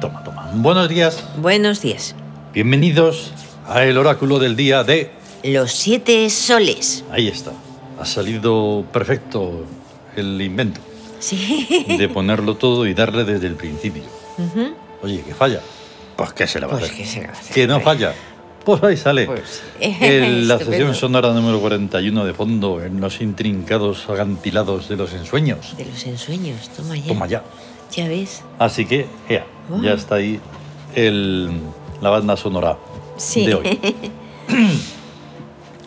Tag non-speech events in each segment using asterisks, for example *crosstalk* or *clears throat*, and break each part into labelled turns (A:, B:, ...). A: Toma, toma. Buenos días.
B: Buenos días.
A: Bienvenidos a el oráculo del día de...
B: Los siete soles.
A: Ahí está. Ha salido perfecto el invento
B: Sí. *laughs*
A: de ponerlo todo y darle desde el principio.
B: Ujú.
A: Oye, que falla. Pues qué se le va a
B: Pues
A: hacer.
B: qué se le va a hacer.
A: Que no falla. Pues ahí sale.
B: Pues sí. *laughs*
A: El- la
B: Estupendo.
A: sesión sonora número 41 de fondo en los intrincados agantilados de los ensueños.
B: De los ensueños, toma ya.
A: Toma ya.
B: Ya ves.
A: Así que, ea,
B: Wow.
A: ya está ahí el- la banda sonora
B: Sí.
A: de
B: *laughs*
A: hoy.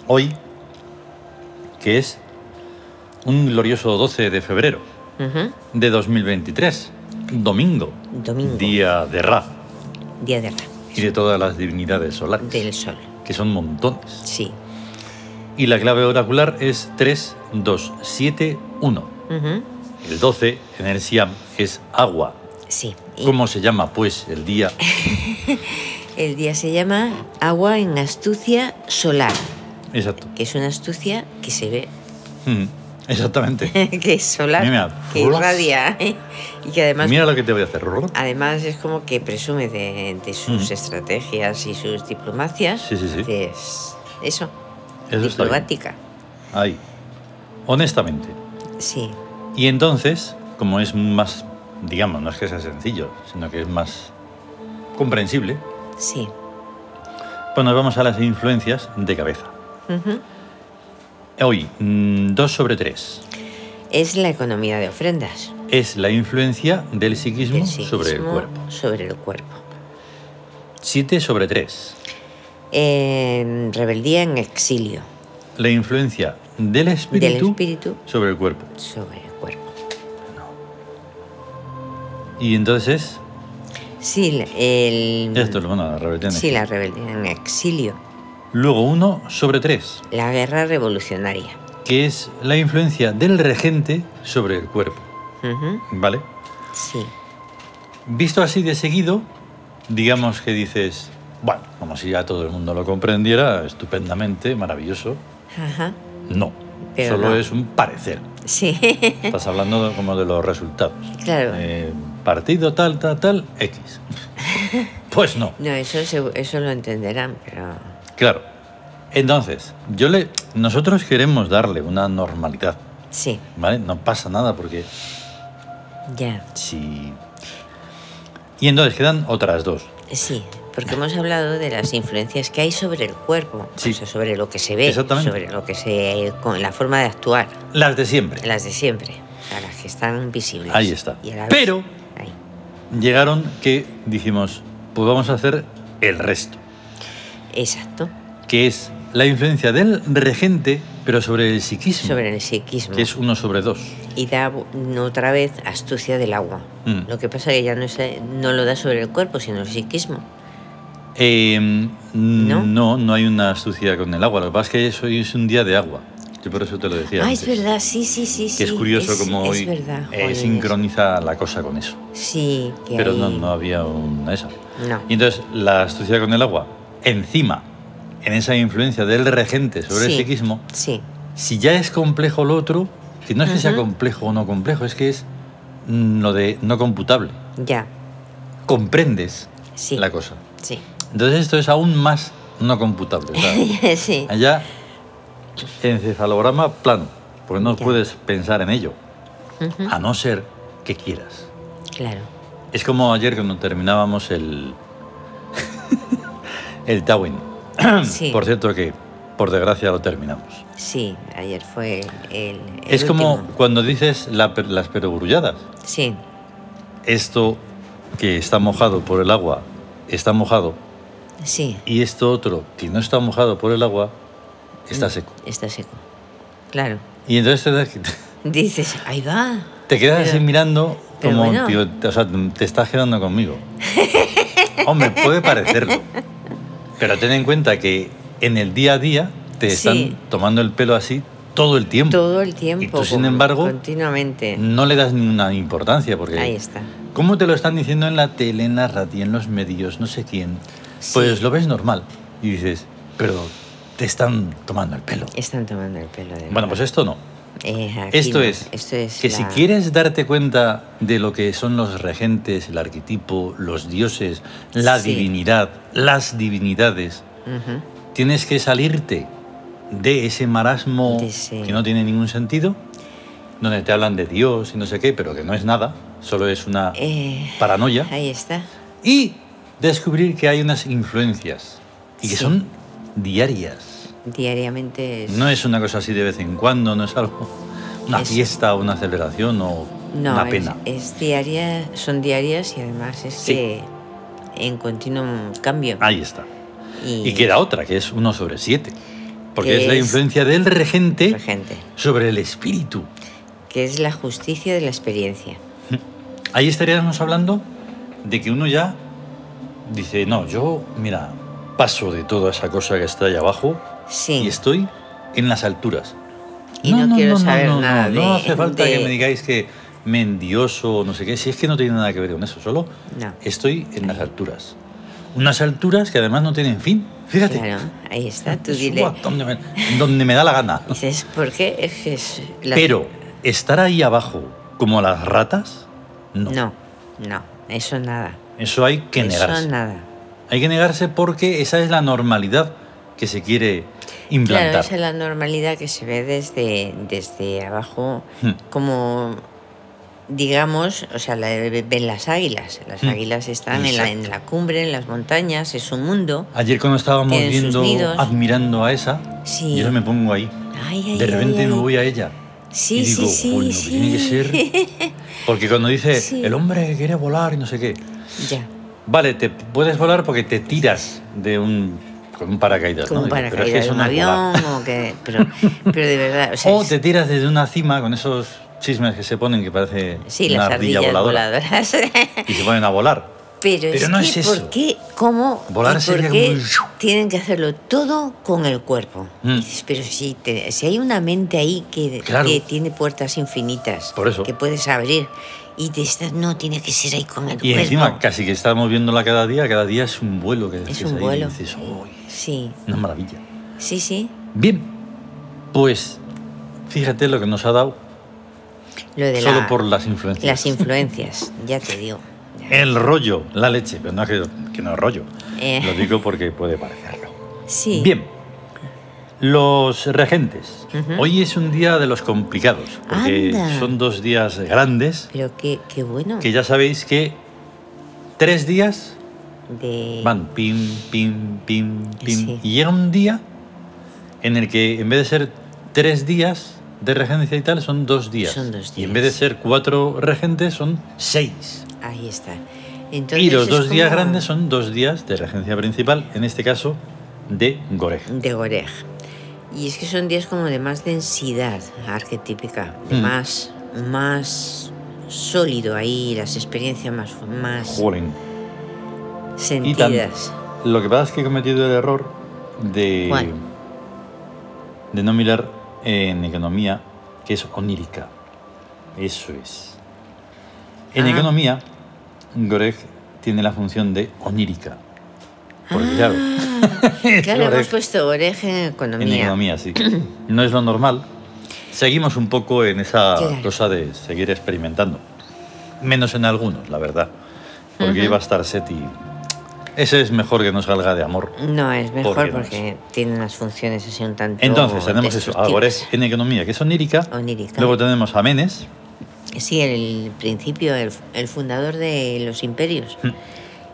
A: hoy, que es un glorioso 12 de febrero
B: Ujú.
A: de 2023, domingo,
B: Domingo.
A: día de Ra
B: Día de Ra.
A: y de todas las divinidades solares,
B: Del sol.
A: que son montones.
B: Sí.
A: Y la clave oracular es 3, 2, 7, 1.
B: Ujú.
A: El 12 en el Siam es agua.
B: Sí. Y
A: ¿Cómo se llama pues el
B: *laughs*
A: día?
B: El día se llama Agua en Astucia Solar,
A: Exacto.
B: que es una astucia que se ve, *laughs*
A: Mm, Exactamente.
B: que es solar,
A: Mira,
B: que
A: ulas.
B: irradia ¿eh? y que *laughs* además
A: Mira lo que te voy a hacer.
B: Además es como que presume de, de sus
A: Mm.
B: estrategias y sus diplomacias.
A: Sí, sí, sí.
B: Es eso,
A: Eso está bien.
B: diplomática.
A: Ahí. Honestamente.
B: Sí,
A: Y entonces, como es más, digamos, no es que sea sencillo, sino que es más comprensible,
B: sí.
A: pues nos vamos a las influencias de cabeza.
B: Ujú.
A: Hoy, 2 sobre 3
B: Es la economía de ofrendas.
A: es la influencia del
B: del
A: psiquismo, sobre el
B: psiquismo
A: cuerpo.
B: Sobre el cuerpo.
A: 7 sobre 3,
B: Eh, rebeldía en exilio
A: la influencia del espíritu,
B: del espíritu
A: sobre el cuerpo.
B: sobre el cuerpo.
A: Y entonces,
B: Sí, la- el,
A: esto es lo bueno, la rebelión.
B: Mm. sí, la rebeldía en exilio.
A: Luego 1 sobre 3,
B: La guerra revolucionaria.
A: que es la influencia del regente sobre el cuerpo.
B: Ujú,
A: ¿Vale?
B: Sí,
A: Visto así de seguido, digamos que dices, bueno, como si ya todo el mundo lo comprendiera, estupendamente, maravilloso.
B: ajá,
A: No,
B: Pero
A: solo
B: no.
A: es un parecer.
B: sí. *laughs*
A: Estás hablando como de los resultados.
B: Claro.
A: Eh, partido tal, tal, tal,
B: *laughs*
A: X. Pues no,
B: No, eso, se- eso lo entenderán, pero
A: claro. Entonces, yo le, nosotros queremos darle una normalidad,
B: sí,
A: ¿vale? No pasa nada porque
B: ya,
A: si... Y entonces quedan otras dos.
B: sí, porque hemos hablado de las influencias que hay sobre el cuerpo,
A: Sí.
B: o sea, sobre lo que se ve,
A: Exactamente.
B: sobre lo que se, con la forma de actuar,
A: Las de siempre.
B: las de siempre, o sea, las que están visibles.
A: Ahí está.
B: Y a la vez-
A: Pero-
B: ahí.
A: llegaron que dijimos, pues vamos a hacer el resto,
B: exacto,
A: que es la influencia del regente, pero sobre el psiquismo,
B: sobre el psiquismo
A: que es uno sobre dos.
B: y da bu- otra vez astucia del agua.
A: Mm.
B: Lo que pasa que ya no es, no lo da sobre el cuerpo, sino el psiquismo.
A: Eh, mm,
B: ¿No?
A: no, no hay una astucia con el agua. Lo que pasa es que eso es un día de agua. Yo por eso te lo decía.
B: Ah,
A: antes,
B: es verdad, sí, sí, sí, sí.
A: Que es curioso como
B: es
A: hoy
B: verdad,
A: eh,
B: jolines.
A: sincroniza la cosa con eso.
B: Sí, que
A: Pero no,
B: hay-
A: no había una esa.
B: No.
A: Y entonces la astucia con el agua, encima, en esa influencia del regente sobre el
B: Sí.
A: psiquismo,
B: Sí,
A: si ya es complejo lo otro, que no es que sea
B: Ujú.
A: complejo o no complejo, es que es mm, lo de no computable.
B: ya,
A: Comprendes
B: sí.
A: la cosa.
B: Sí. *laughs*
A: Entonces esto es aún más no computable. o sea,
B: sí.
A: allá encefalograma plano, porque no
B: Ya.
A: puedes pensar en ello,
B: Ujú,
A: a no ser que quieras.
B: Claro.
A: Es como ayer cuando terminábamos el *laughs* el Tawin.
B: Sí.
A: Por cierto que por desgracia lo terminamos.
B: Sí, ayer fue el. el
A: es como
B: último.
A: cuando dices la per- las perogrulladas.
B: Sí,
A: esto que está mojado por el agua está mojado
B: sí,
A: y esto otro que no está mojado por el agua
B: Mm.
A: está seco.
B: está seco. Claro.
A: Y entonces te, das-
B: Dices, ahí va.
A: te quedas
B: Pero-
A: así mirando
B: pero
A: como,
B: bueno.
A: tío, te- o sea, te estás quedando conmigo. Hombre, puede parecerlo, pero ten en cuenta que en el día a día te están
B: Sí.
A: tomando el pelo así todo el tiempo.
B: Todo el tiempo.
A: Y tú, sin
B: con-
A: embargo,
B: Continuamente.
A: No le das ninguna importancia porque
B: Ahí está.
A: ¿Cómo te lo están diciendo en la tele, en la radio, en los medios, no sé quién? Pues
B: Sí.
A: lo ves normal y dices, pero te están tomando el pelo.
B: Están tomando el pelo de.
A: Bueno, pues esto no.
B: Eh, aquí
A: Esto
B: no,
A: es,
B: Esto es.
A: que
B: la-
A: si quieres darte cuenta de lo que son los regentes, el arquetipo, los dioses, la
B: Sí.
A: divinidad, las divinidades,
B: Ujú.
A: tienes que salirte de ese marasmo
B: De ese-
A: que no tiene ningún sentido, donde te hablan de Dios y no sé qué, pero que no es nada, solo es una
B: Eh,
A: paranoia,
B: ahí está.
A: y descubrir que hay unas influencias y que
B: Sí.
A: son diarias.
B: Diariamente es.
A: No es una cosa así de vez en cuando, no es algo, una
B: Es-
A: fiesta o una celebración o
B: No,
A: una
B: es- eh
A: pena.
B: Es, diaria, son diarias y además es
A: Sí.
B: que en continuo cambio.
A: Ahí está. Y queda otra, que es uno sobre siete, porque
B: Que
A: es la
B: es-
A: influencia del regente
B: gente.
A: sobre el espíritu.
B: Que es la justicia de la experiencia.
A: Ahí estaríamos hablando de que uno ya dice, no, yo, mira, paso de toda esa cosa que está ahí abajo
B: Sí.
A: y estoy en las alturas.
B: Y no quiero saber
A: no,
B: nada
A: No, no
B: de-
A: hace falta que
B: de-
A: me digáis que mendioso, no sé qué, si es que no tiene nada que ver con eso, solo
B: No.
A: estoy en las alturas. Unas alturas que además no tienen fin, fíjate.
B: Claro,
A: *laughs*
B: ahí está. Tú
A: Subo
B: dile.
A: a donde me, donde me da la gana.
B: Dices, ¿por qué? Es que es *laughs* la-
A: Pero estar ahí abajo como las ratas, no.
B: No, no, eso nada.
A: Eso hay que negarse.
B: Eso nada.
A: Hay que negarse porque esa es la normalidad que se quiere implantar.
B: Claro, esa es la normalidad que se ve desde, desde abajo,
A: Hmm.
B: como digamos, o sea, la ven las águilas. Las
A: Hmm.
B: águilas están en la, en la cumbre, en las montañas, es su mundo.
A: Ayer cuando estábamos
B: Tienen
A: viendo,
B: sus nidos.
A: admirando a esa,
B: Sí.
A: yo me pongo ahí.
B: Ay, ay,
A: De
B: ay,
A: repente
B: ay.
A: me voy a ella.
B: Sí,
A: y
B: sí,
A: digo,
B: sí,
A: bueno,
B: sí.
A: tiene que ser... Porque cuando dice,
B: Sí.
A: el hombre que quiere volar y no sé qué.
B: *laughs* Ya,
A: Vale, te puedes volar porque te tiras de un... Con un paracaídas,
B: como
A: ¿no? Digo,
B: para
A: pero es
B: caer
A: que
B: de
A: eso
B: un
A: no es volar.
B: avión o que... Pero, pero de verdad, o sea...
A: *laughs* O
B: es-
A: te tiras desde una cima con esos chismes que se ponen que parece
B: Sí,
A: una
B: las
A: ardilla
B: ardillas
A: voladora.
B: voladoras. *laughs*
A: Y se ponen a volar.
B: Pero, es
A: Pero no
B: que,
A: es
B: ¿por
A: eso.
B: qué? ¿Cómo?
A: Volar
B: y por
A: sería
B: qué
A: como-
B: tienen que hacerlo todo con el cuerpo?
A: Mm.
B: Y dices, Pero si, te- si hay una mente ahí que,
A: Claro.
B: que tiene puertas infinitas,
A: Por eso.
B: que puedes abrir, y te estás, no, tiene que ser ahí con el
A: Y
B: cuerpo.
A: encima, casi que estamos viéndola cada día, cada día es un vuelo que
B: Pues es
A: haces
B: un
A: ahí,
B: vuelo.
A: y dices, "Uy,
B: Sí,
A: una maravilla.
B: sí, sí.
A: Bien, pues fíjate lo que nos ha dado
B: Lo de
A: solo
B: la-
A: por las influencias. *laughs*
B: las influencias, ya te digo.
A: El rollo, la leche, pero no es que, que no es rollo.
B: Eh.
A: Lo digo porque puede parecerlo.
B: Sí.
A: Bien, los regentes.
B: Ujú.
A: Hoy es un día de los complicados, porque
B: Anda.
A: son dos días grandes
B: Pero qué, qué bueno.
A: que ya sabéis que tres días
B: de...
A: Van pim, pim, pim, pim.
B: Sí.
A: Y llega un día en el que en vez de ser tres días de regencia y tal, son dos días.
B: Son dos
A: Y en
B: días.
A: vez de ser cuatro regentes, son seis.
B: Ahí está. Entonces,
A: y los
B: es
A: dos días
B: como
A: grandes son dos días de regencia principal, en este caso de Gorej.
B: De Gorej. Y es que son días como de más densidad arquetípica, de
A: Mm.
B: más, más sólido ahí, las experiencias más, más
A: Jolín.
B: sentidas.
A: Lo que pasa es que he cometido el error de,
B: ¿Cuál?
A: de no mirar en economía, que es onírica. Eso es. En
B: Ah.
A: economía, Goreg tiene la función de onírica. Porque claro, *laughs*
B: Ah, claro,
A: Gorej
B: hemos puesto Gorej en
A: en
B: economía.
A: economía sí. No es lo normal. Seguimos un poco en esa
B: Claro.
A: cosa de seguir experimentando. Menos en algunos, la verdad. Porque
B: Ujú.
A: iba a estar Seti. Ese es mejor que no salga de amor.
B: No, es mejor
A: Porque no
B: porque tiene unas funciones así un tanto.
A: Entonces tenemos eso, a Gorés en economía, que es onírica.
B: Onírica.
A: Luego tenemos a Menes,
B: Sí, el principio, el, el fundador de los imperios,
A: Mm.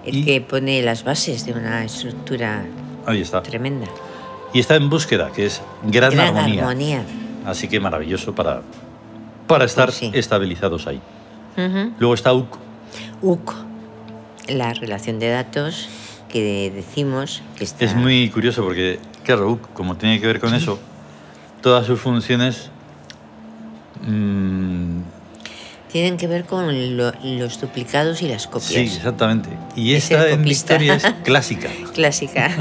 B: el
A: Y-
B: que pone las bases de una estructura
A: ahí está.
B: tremenda.
A: Y está en búsqueda, que es gran,
B: Gran
A: armonía.
B: armonía. Pues
A: Así que maravilloso para, para estar
B: sí.
A: estabilizados ahí.
B: Ujú.
A: Luego está Uc,
B: UC, la relación de datos que decimos que está...
A: Es muy curioso porque, claro, Uc, como tiene que ver con eso, todas sus funciones mm,
B: Tienen que ver con lo- los duplicados y las copias.
A: sí, exactamente. Y
B: Es
A: esta
B: el
A: en
B: copista.
A: Victoria
B: *laughs*
A: es clásica. *laughs*
B: Clásica.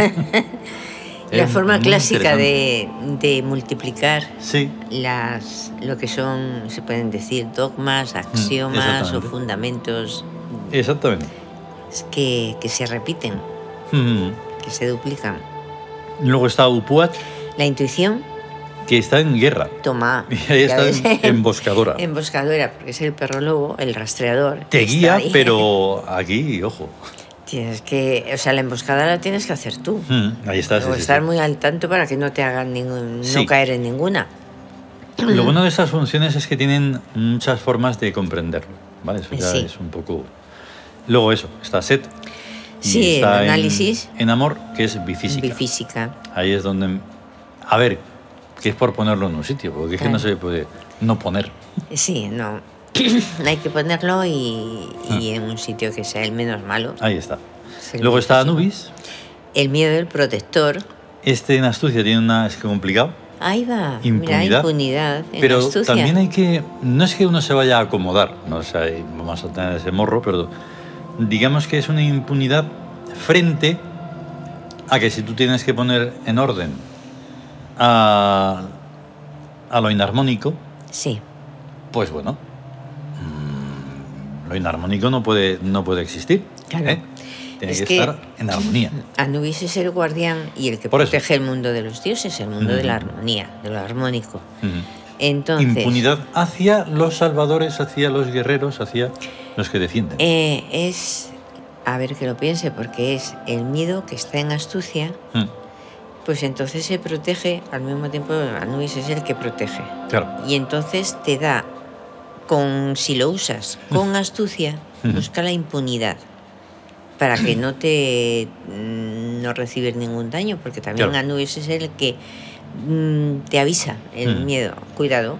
B: la
A: Es
B: forma
A: muy
B: clásica de, de multiplicar
A: Sí,
B: las lo que son, se pueden decir, dogmas, axiomas o
A: Mm, exactamente.
B: fundamentos
A: exactamente. *laughs*
B: que, que se repiten,
A: Mm.
B: que se duplican.
A: Luego está Upuat,
B: La intuición,
A: que está en guerra. *laughs*
B: Toma.
A: Y ella
B: ya
A: está
B: ves. *laughs*
A: en- emboscadora.
B: Emboscadora, porque es el perro lobo, el rastreador.
A: Te
B: está
A: guía,
B: ahí.
A: pero aquí, ojo.
B: *laughs*
A: *laughs*
B: Tienes que. O sea, la emboscada la tienes que hacer tú.
A: Mm, ahí está. sí,
B: o
A: sí,
B: estar
A: sí.
B: muy al tanto para que no te hagan ningún.
A: Sí.
B: No caer en ninguna.
A: Lo
B: *clears throat*
A: bueno de estas funciones es que tienen muchas formas de comprenderlo. ¿vale? Eso ya
B: Sí.
A: es un poco. Luego, eso, está set. y
B: Sí, el
A: está en-
B: análisis.
A: En, amor, que es bifísica.
B: Bifísica.
A: Ahí es donde. A ver, que es por ponerlo en un sitio, porque es que no
B: Claro.
A: se puede no poner.
B: Sí, no. *clears throat* Hay que ponerlo y, y en un sitio que sea el menos malo.
A: Ahí está.
B: Sí,
A: Ah. Luego está
B: bifísica.
A: Anubis.
B: El miedo, el protector.
A: Este en astucia tiene una. Es que complicado.
B: Ahí va. Mira,
A: Impunidad.
B: impunidad. en
A: Pero
B: astucia.
A: también hay que. No es que uno se vaya a acomodar, ¿no? O sea, y vamos a tener ese morro, pero digamos que es una impunidad frente a que si tú tienes que poner en orden a, a lo inarmónico,
B: Sí.
A: pues bueno, mm, lo inarmónico no puede, no puede existir.
B: Claro.
A: ¿eh? Tiene
B: Es
A: que,
B: que-
A: estar en armonía.
B: Anubis es el guardián y el que
A: Por eso.
B: protege el mundo de los dioses, el mundo de la
A: Ujú.
B: armonía, de lo armónico.
A: Ujú.
B: Entonces,
A: Mm. Impunidad hacia los salvadores, hacia los guerreros, hacia los que defienden.
B: eh, es, a ver que lo piense, porque es el miedo que está en astucia,
A: Mm,
B: pues entonces se protege, al mismo tiempo Anubis es el que protege.
A: Claro.
B: Y entonces te da, con si lo usas con astucia,
A: Mm. Ujú.
B: busca la impunidad para que no te mm, no recibir ningún daño, porque también
A: Claro.
B: Anubis es el que mm, te avisa el
A: Ujú.
B: miedo, cuidado,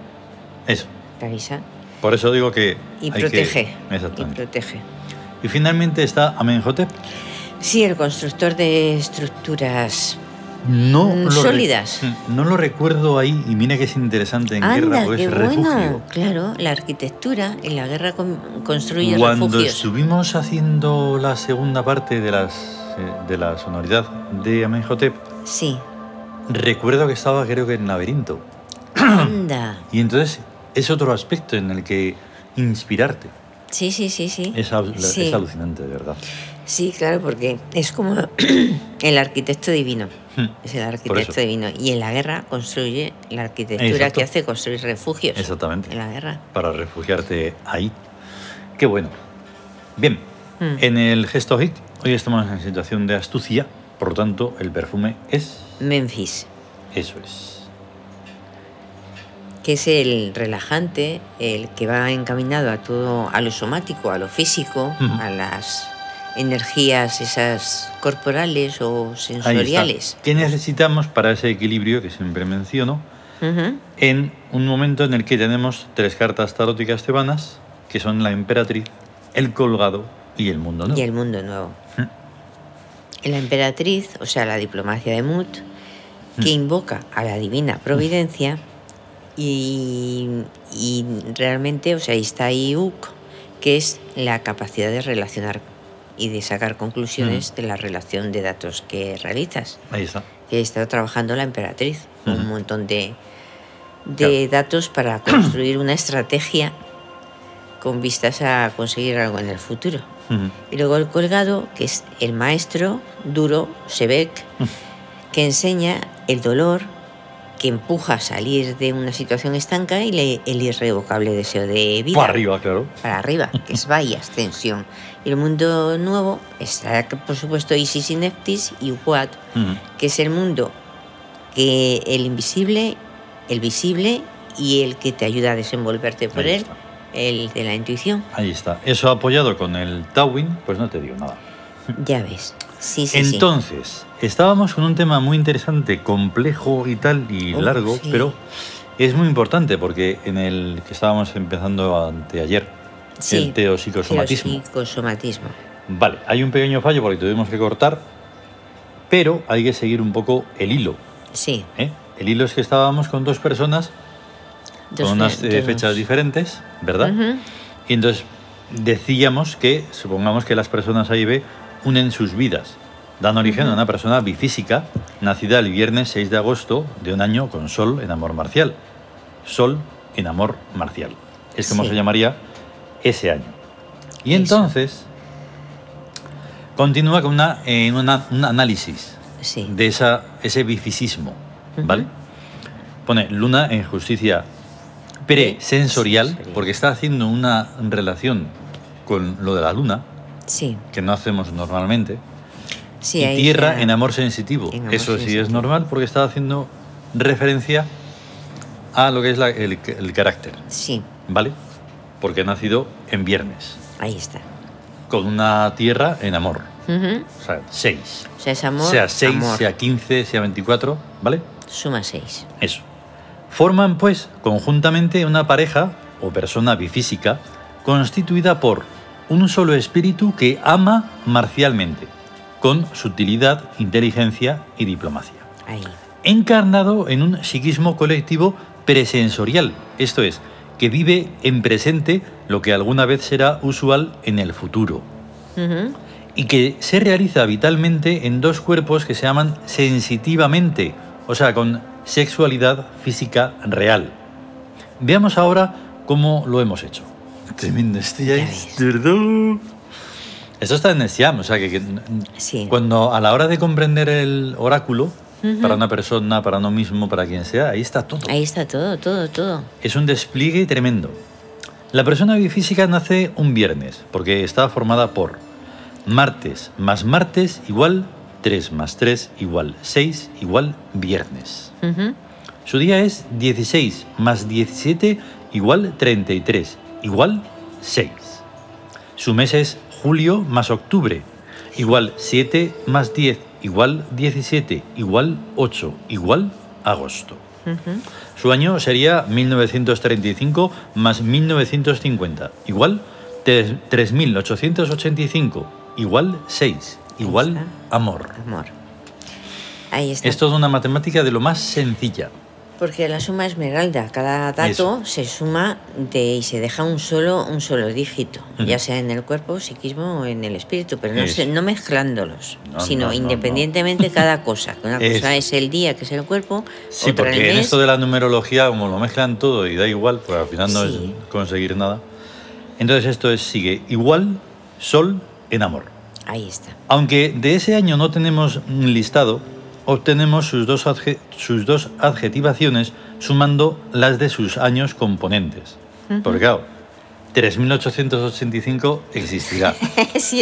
A: Eso.
B: te avisa
A: Por eso digo que.
B: y
A: hay que-
B: protege. y
A: Exactamente.
B: protege.
A: Y, finalmente está Amenhotep.
B: Sí, el constructor de estructuras.
A: No
B: Mm,
A: lo re-
B: sólidas.
A: Mm, No lo recuerdo ahí, y mira que es interesante en guerra,
B: Anda,
A: pues
B: qué
A: es
B: bueno.
A: refugio.
B: Claro, la arquitectura en la guerra con- construye
A: Cuando
B: refugios.
A: estuvimos haciendo la segunda parte de, las, eh, de la sonoridad de Amenhotep, *clears throat*
B: Sí,
A: recuerdo que estaba creo que en laberinto.
B: anda.
A: Y entonces es otro aspecto en el que inspirarte.
B: Sí, sí, sí, sí.
A: Es, al-
B: sí.
A: es alucinante, de verdad.
B: Sí, claro, porque es como *clears throat* el arquitecto divino.
A: Mm,
B: Es el
A: Por eso.
B: arquitecto divino. Y en la guerra construye la arquitectura
A: Exacto.
B: que hace construir refugios.
A: Exactamente.
B: En la guerra.
A: para refugiarte ahí. Qué bueno. Bien,
B: Mm.
A: en el gesto hit, hoy estamos en situación de astucia, por lo tanto, el perfume es.
B: Hmm. Memphis,
A: Eso es.
B: que es el relajante, el que va encaminado a todo, a lo somático, a lo físico,
A: Ujú.
B: a las energías esas corporales o
A: Ahí está.
B: sensoriales.
A: ¿Qué necesitamos para ese equilibrio que siempre menciono?
B: Ujú.
A: En un momento en el que tenemos tres cartas taróticas tebanas, que son la emperatriz, el colgado y el mundo nuevo.
B: Y el mundo nuevo.
A: Mm.
B: La emperatriz, o sea, la diplomacia de Mut, que invoca a la divina providencia y, y realmente, o sea, ahí está Iuk, que es la capacidad de relacionar y de sacar conclusiones de la relación de datos que realizas.
A: Ahí está.
B: Que está trabajando la emperatriz,
A: Ujú.
B: un montón de, de datos para construir una estrategia con vistas a conseguir algo en el futuro.
A: Ujú.
B: Y luego el colgado, que es el maestro duro,
A: *laughs*
B: Sebek, que enseña el dolor que empuja a salir de una situación estanca y le- el irrevocable deseo de vida.
A: Para arriba, claro. *laughs*
B: Para arriba, que es vaya ascensión. Y el mundo nuevo está, por supuesto, Isis Ineptis y Uquat,
A: Ujú.
B: que es el mundo que el invisible, el visible y el que te ayuda a desenvolverte por
A: Ahí
B: él,
A: está.
B: el de la
A: *laughs*
B: intuición.
A: Ahí está. Eso apoyado con el Tawin, pues no te digo nada.
B: Ya ves. Sí, sí, sí.
A: Entonces, estábamos con un tema muy interesante, complejo y tal, y
B: Oh,
A: largo,
B: sí.
A: pero es muy importante porque en el que estábamos empezando anteayer,
B: Sí,
A: el teopsicosomatismo.
B: Teopsicosomatismo.
A: Vale, hay un pequeño fallo porque tuvimos que cortar, pero hay que seguir un poco el hilo.
B: Sí.
A: ¿eh? El hilo es que estábamos con dos personas
B: dos
A: con unas
B: fe-
A: eh,
B: dos-
A: fechas diferentes, ¿verdad?
B: Ujú.
A: Y entonces decíamos que, supongamos que las personas AIB unen sus vidas, dan origen a una persona bifísica, nacida el viernes 6 de agosto de un año con Sol en amor marcial. Sol en amor marcial. Es como
B: Sí.
A: se llamaría ese año. Y
B: Eso.
A: entonces continúa con una, en una- un análisis
B: Sí.
A: de esa, ese bificismo, ¿vale? Pone Luna en justicia presensorial, porque está haciendo una relación con lo de la Luna,
B: Sí,
A: que no hacemos normalmente.
B: sí.
A: y
B: ahí
A: Tierra
B: ya-
A: en amor sensitivo.
B: en amor
A: Eso sí es
B: sensitivo.
A: normal porque está haciendo referencia a lo que es la- el, el carácter,
B: Sí,
A: ¿vale? Porque ha nacido en viernes,
B: ahí está.
A: con una Tierra en amor.
B: Ujú.
A: O sea, 6.
B: O sea, es amor.
A: Sea 6,
B: amor.
A: sea 15, sea 24, ¿vale?
B: Suma 6.
A: Eso. Forman, pues, conjuntamente una pareja o persona bifísica constituida por un solo espíritu que ama marcialmente, con sutilidad, inteligencia y diplomacia.
B: Ahí.
A: Encarnado en un psiquismo colectivo presensorial, esto es, que vive en presente lo que alguna vez será usual en el futuro,
B: Ujú.
A: y que se realiza vitalmente en dos cuerpos que se llaman sensitivamente, o sea, con sexualidad física real. Veamos ahora cómo lo hemos hecho. Tremendo, esto ya
B: Ya
A: es verdad. Esto está en el Siam, o sea que, que
B: Sí.
A: cuando a la hora de comprender el oráculo,
B: Ujú.
A: para una persona, para uno mismo, para quien sea, ahí está todo.
B: Ahí está todo, todo, todo.
A: Es un despliegue tremendo. La persona bifísica nace un viernes, porque está formada por martes más martes igual 3 más 3 igual 6 igual viernes.
B: Ujú.
A: Su día es 16 más 17 igual 33 igual 6. Su mes es julio más octubre igual 7 más 10 igual 17 igual 8 igual agosto.
B: Ujú.
A: Su año sería 1935 más 1950, igual tres- 3885, igual 6, igual
B: está.
A: amor.
B: Amor. Ahí está.
A: Es toda una matemática de lo más sencilla.
B: Porque la suma esmeralda, cada dato
A: Eso.
B: se suma de, y se deja un solo, un solo dígito,
A: Ujú.
B: ya sea en el cuerpo, psiquismo o en el espíritu, pero no,
A: Mm. Eso.
B: se- no mezclándolos,
A: No,
B: sino
A: no, no, *laughs*
B: independientemente cada cosa. Una cosa
A: Eso.
B: es el día, que es el cuerpo,
A: Sí,
B: otra el
A: porque en
B: mes.
A: esto de la numerología, como lo mezclan todo y da igual, pues al final no
B: Sí.
A: es conseguir nada. Entonces esto es, sigue igual, sol en amor.
B: Ahí está. *laughs*
A: Aunque de ese año no tenemos mm, listado, obtenemos sus dos, adje- sus dos adjetivaciones sumando las de sus años componentes. Porque claro, 3.885
B: *laughs*
A: existirá.
B: sí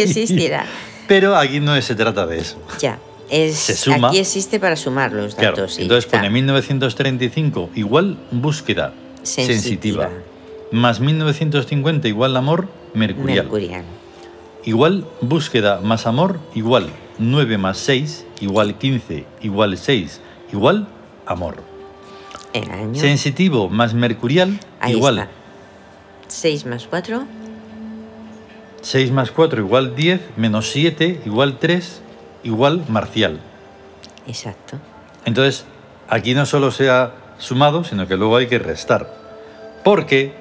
A: *laughs*
B: existirá.
A: Pero aquí no se trata de eso.
B: ya. Es,
A: Se suma.
B: Aquí existe para sumar los
A: Claro,
B: datos. y
A: entonces
B: ya
A: pone 1935 igual búsqueda sensitiva,
B: Sensitiva.
A: más 1950 igual amor
B: está.
A: mercurial,
B: Mercurial.
A: Igual búsqueda más amor, igual 9 más 6, igual 15, igual 6, igual amor.
B: El año.
A: Sensitivo más mercurial,
B: Ahí
A: igual
B: está. 6 más 4,
A: 6 más 4, igual 10, menos 7, igual 3, igual marcial.
B: exacto.
A: Entonces, aquí no solo se ha sumado, sino que luego hay que restar. Porque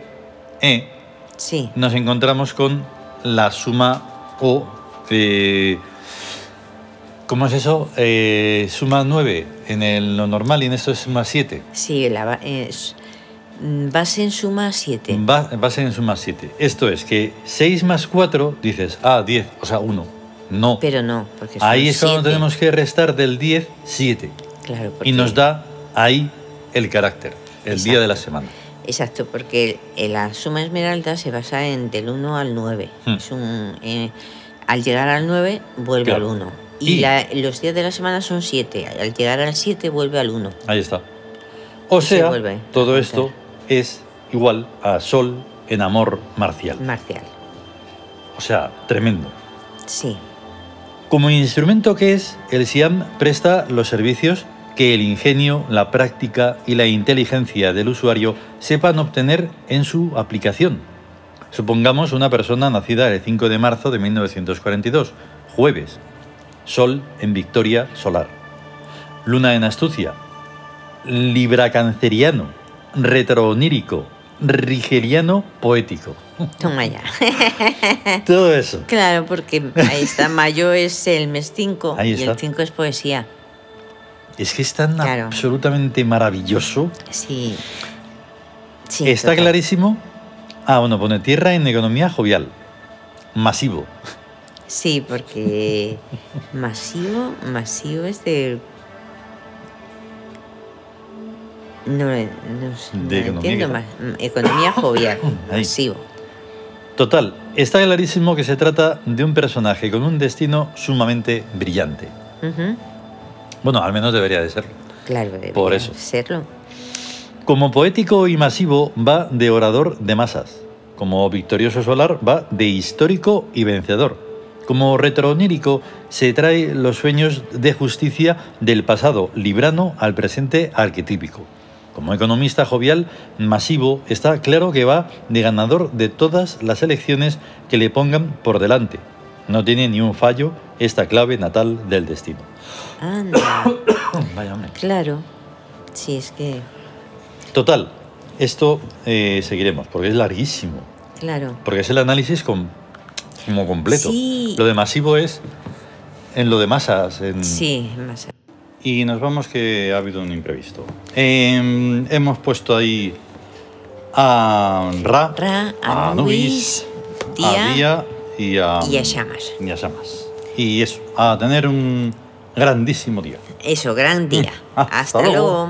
A: eh,
B: Sí.
A: nos encontramos con la suma o... eh, ¿Cómo es eso? Eh, suma 9 en el, lo normal y en esto es suma 7.
B: Sí, la va- es, mm, base en suma 7.
A: Va, va a ser en suma 7. Esto es que 6 más 4 dices, ah, 10, o sea, 1. No.
B: Pero no, porque son
A: ahí es cuando
B: siete.
A: tenemos que restar del 10, 7.
B: Claro, porque-
A: Y nos da ahí el carácter, el día
B: Exacto.
A: de la semana.
B: Exacto, porque el- el- la suma esmeralda se basa en del 1 al 9.
A: Hmm.
B: Es un, eh, al llegar al 9 vuelve
A: Claro.
B: al 1. Y,
A: Y-
B: la- los días de la semana son 7. Al llegar al 7 vuelve al 1.
A: Ahí está. O
B: Y se
A: sea,
B: vuelve
A: todo
B: a
A: esto
B: juntar.
A: es igual a sol en amor marcial.
B: Marcial.
A: O sea, tremendo.
B: Sí,
A: Como instrumento que es, el SIAM presta los servicios que el ingenio, la práctica y la inteligencia del usuario sepan obtener en su aplicación. Supongamos una persona nacida el 5 de marzo de 1942, jueves, Sol en Victoria Solar, Luna en Astucia, Libra Canceriano, Retroonírico, Rigeliano Poético.
B: toma ya. *laughs*
A: Todo eso.
B: claro, porque
A: *laughs*
B: ahí está, mayo es el mes 5
A: Ahí
B: y
A: está.
B: el 5 es poesía.
A: Es que es tan
B: Claro.
A: absolutamente maravilloso
B: Sí. sí
A: Está
B: total.
A: clarísimo. Ah, bueno, pone tierra en economía jovial. Masivo.
B: Sí, porque masivo, masivo es de No, no, sé, no
A: De economía, quizá.
B: entiendo más. Mm, Economía jovial,
A: *coughs* Ahí.
B: masivo.
A: Total, está clarísimo que se trata de un personaje con un destino sumamente brillante.
B: Ujú.
A: Bueno, al menos debería de serlo.
B: Claro, debería
A: Por eso.
B: serlo.
A: Como poético y masivo va de orador de masas. Como victorioso solar va de histórico y vencedor. Como retronírico se trae los sueños de justicia del pasado librano al presente arquetípico. Como economista jovial masivo está claro que va de ganador de todas las elecciones que le pongan por delante. No tiene ni un fallo esta clave natal del destino.
B: Anda,
A: *coughs* Vaya hombre.
B: claro. Sí, es que,
A: Total, esto eh, seguiremos porque es larguísimo.
B: claro.
A: Porque es el análisis com- como completo.
B: Sí.
A: Lo de masivo es en lo de masas. en-
B: Sí, más.
A: Y nos vamos que ha habido un imprevisto. Eh, hemos puesto ahí a Ra,
B: Ra,
A: a
B: Anubis,
A: a
B: Día
A: Día y a,
B: y a Shamas.
A: y a Shamas. Y eso, a tener un grandísimo día.
B: Eso, gran día.
A: Ah, *laughs*
B: Hasta,
A: hasta luego.
B: luego.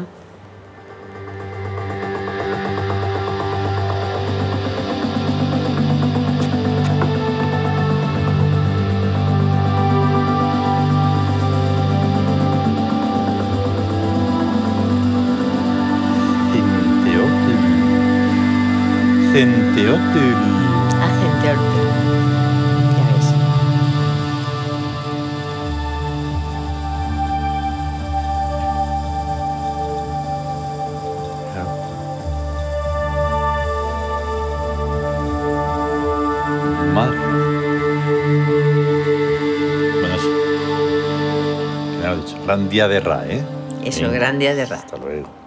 A: Centeótil. Centeótil.
B: Hacen Ya ves.
A: Madre. Bueno, eso. Que me lo he dicho. Gran día de Ra, ¿eh?
B: Eso,
A: Venga,
B: gran día de Ra.
A: Hasta luego.